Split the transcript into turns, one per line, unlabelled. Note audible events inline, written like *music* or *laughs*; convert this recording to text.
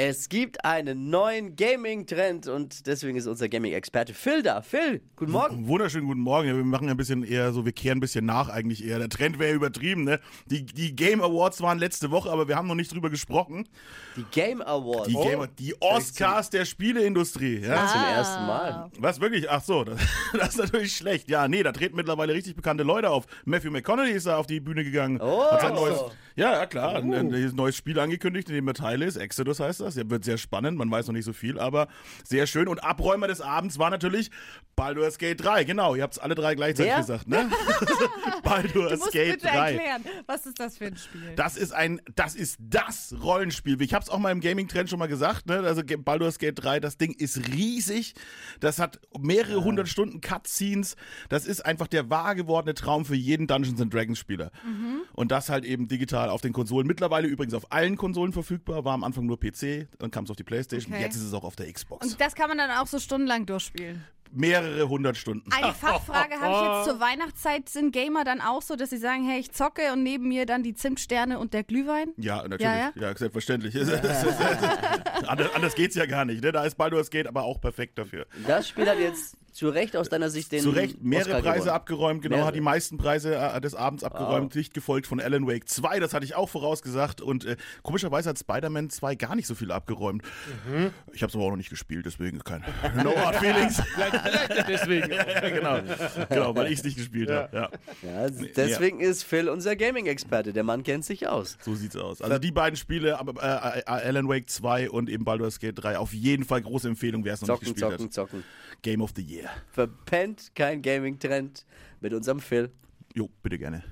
Es gibt einen neuen Gaming-Trend und deswegen ist unser Gaming-Experte Phil da. Phil, guten Morgen.
Wunderschönen guten Morgen. Ja, wir machen ja ein bisschen eher so, wir kehren ein bisschen nach eigentlich eher. Der Trend wäre übertrieben, ne? Die, die Game Awards waren letzte Woche, aber wir haben noch nicht drüber gesprochen.
Die Game Awards. Oh.
Die, Game, die Oscars der Spieleindustrie. Ja?
Zum ersten Mal.
Was wirklich? Ach so, *laughs* das, das ist natürlich schlecht. Ja, nee, da treten mittlerweile richtig bekannte Leute auf. Matthew McConaughey ist da auf die Bühne gegangen.
Oh.
hat sein neues, ja, ja, klar, ein, ein,
Uh.
ein neues Spiel angekündigt, in dem er Teil ist. Exodus heißt das. Ja, wird sehr spannend, man weiß noch nicht so viel, aber sehr schön. Und Abräumer des Abends war natürlich Baldur's Gate 3. Genau, ihr habt es alle drei gleichzeitig
Wer?
gesagt,
*laughs*
ne? Baldur's
Du musst
Gate
bitte
3.
erklären, was ist das für ein Spiel?
Das ist ein, das ist das Rollenspiel. Ich habe es auch mal im Gaming-Trend schon mal gesagt, ne? Also Ge- Baldur's Gate 3, das Ding ist riesig. Das hat mehrere hundert Stunden Cutscenes. Das ist einfach der wahr gewordene Traum für jeden Dungeons and Dragons Spieler. Und das halt eben digital auf den Konsolen. Mittlerweile übrigens auf allen Konsolen verfügbar. War am Anfang nur PC, dann kam es auf die PlayStation.
Okay.
Jetzt ist es auch auf der Xbox.
Und das kann man dann auch so stundenlang durchspielen.
mehrere hundert Stunden.
Eine Fachfrage habe ich jetzt zur Weihnachtszeit. Sind Gamer dann auch so, dass sie sagen, hey, ich zocke und neben mir dann die Zimtsterne und der Glühwein?
Ja, natürlich.
Ja,
Ja, selbstverständlich. *laughs* anders, anders geht's ja gar nicht. Ne? Da ist Baldur's Gate aber auch perfekt dafür.
Das Spiel hat jetzt zu Recht aus deiner Sicht den
Zu Recht mehrere
Oscar
Preise
gewonnen.
abgeräumt, genau,
Mehrere.
hat die meisten Preise äh, des Abends abgeräumt, dicht gefolgt von Alan Wake 2, das hatte ich auch vorausgesagt und äh, komischerweise hat Spider-Man 2 gar nicht so viel abgeräumt. Ich habe es aber auch noch nicht gespielt, deswegen kein *laughs* No Hard *laughs* Feelings.
Deswegen.
ja, genau. genau, weil ich es nicht gespielt habe. Ja.
Ja, deswegen ist Phil unser Gaming-Experte. Der Mann kennt sich aus.
So sieht's aus. Also die beiden Spiele, aber, äh, äh, Alan Wake 2 und eben Baldur's Gate 3, auf jeden Fall große Empfehlung, wer es noch
Zocken,
nicht gespielt
zocken,
hat.
zocken.
Game of the Year.
Verpennt kein Gaming-Trend mit unserem Phil.
Jo, bitte gerne.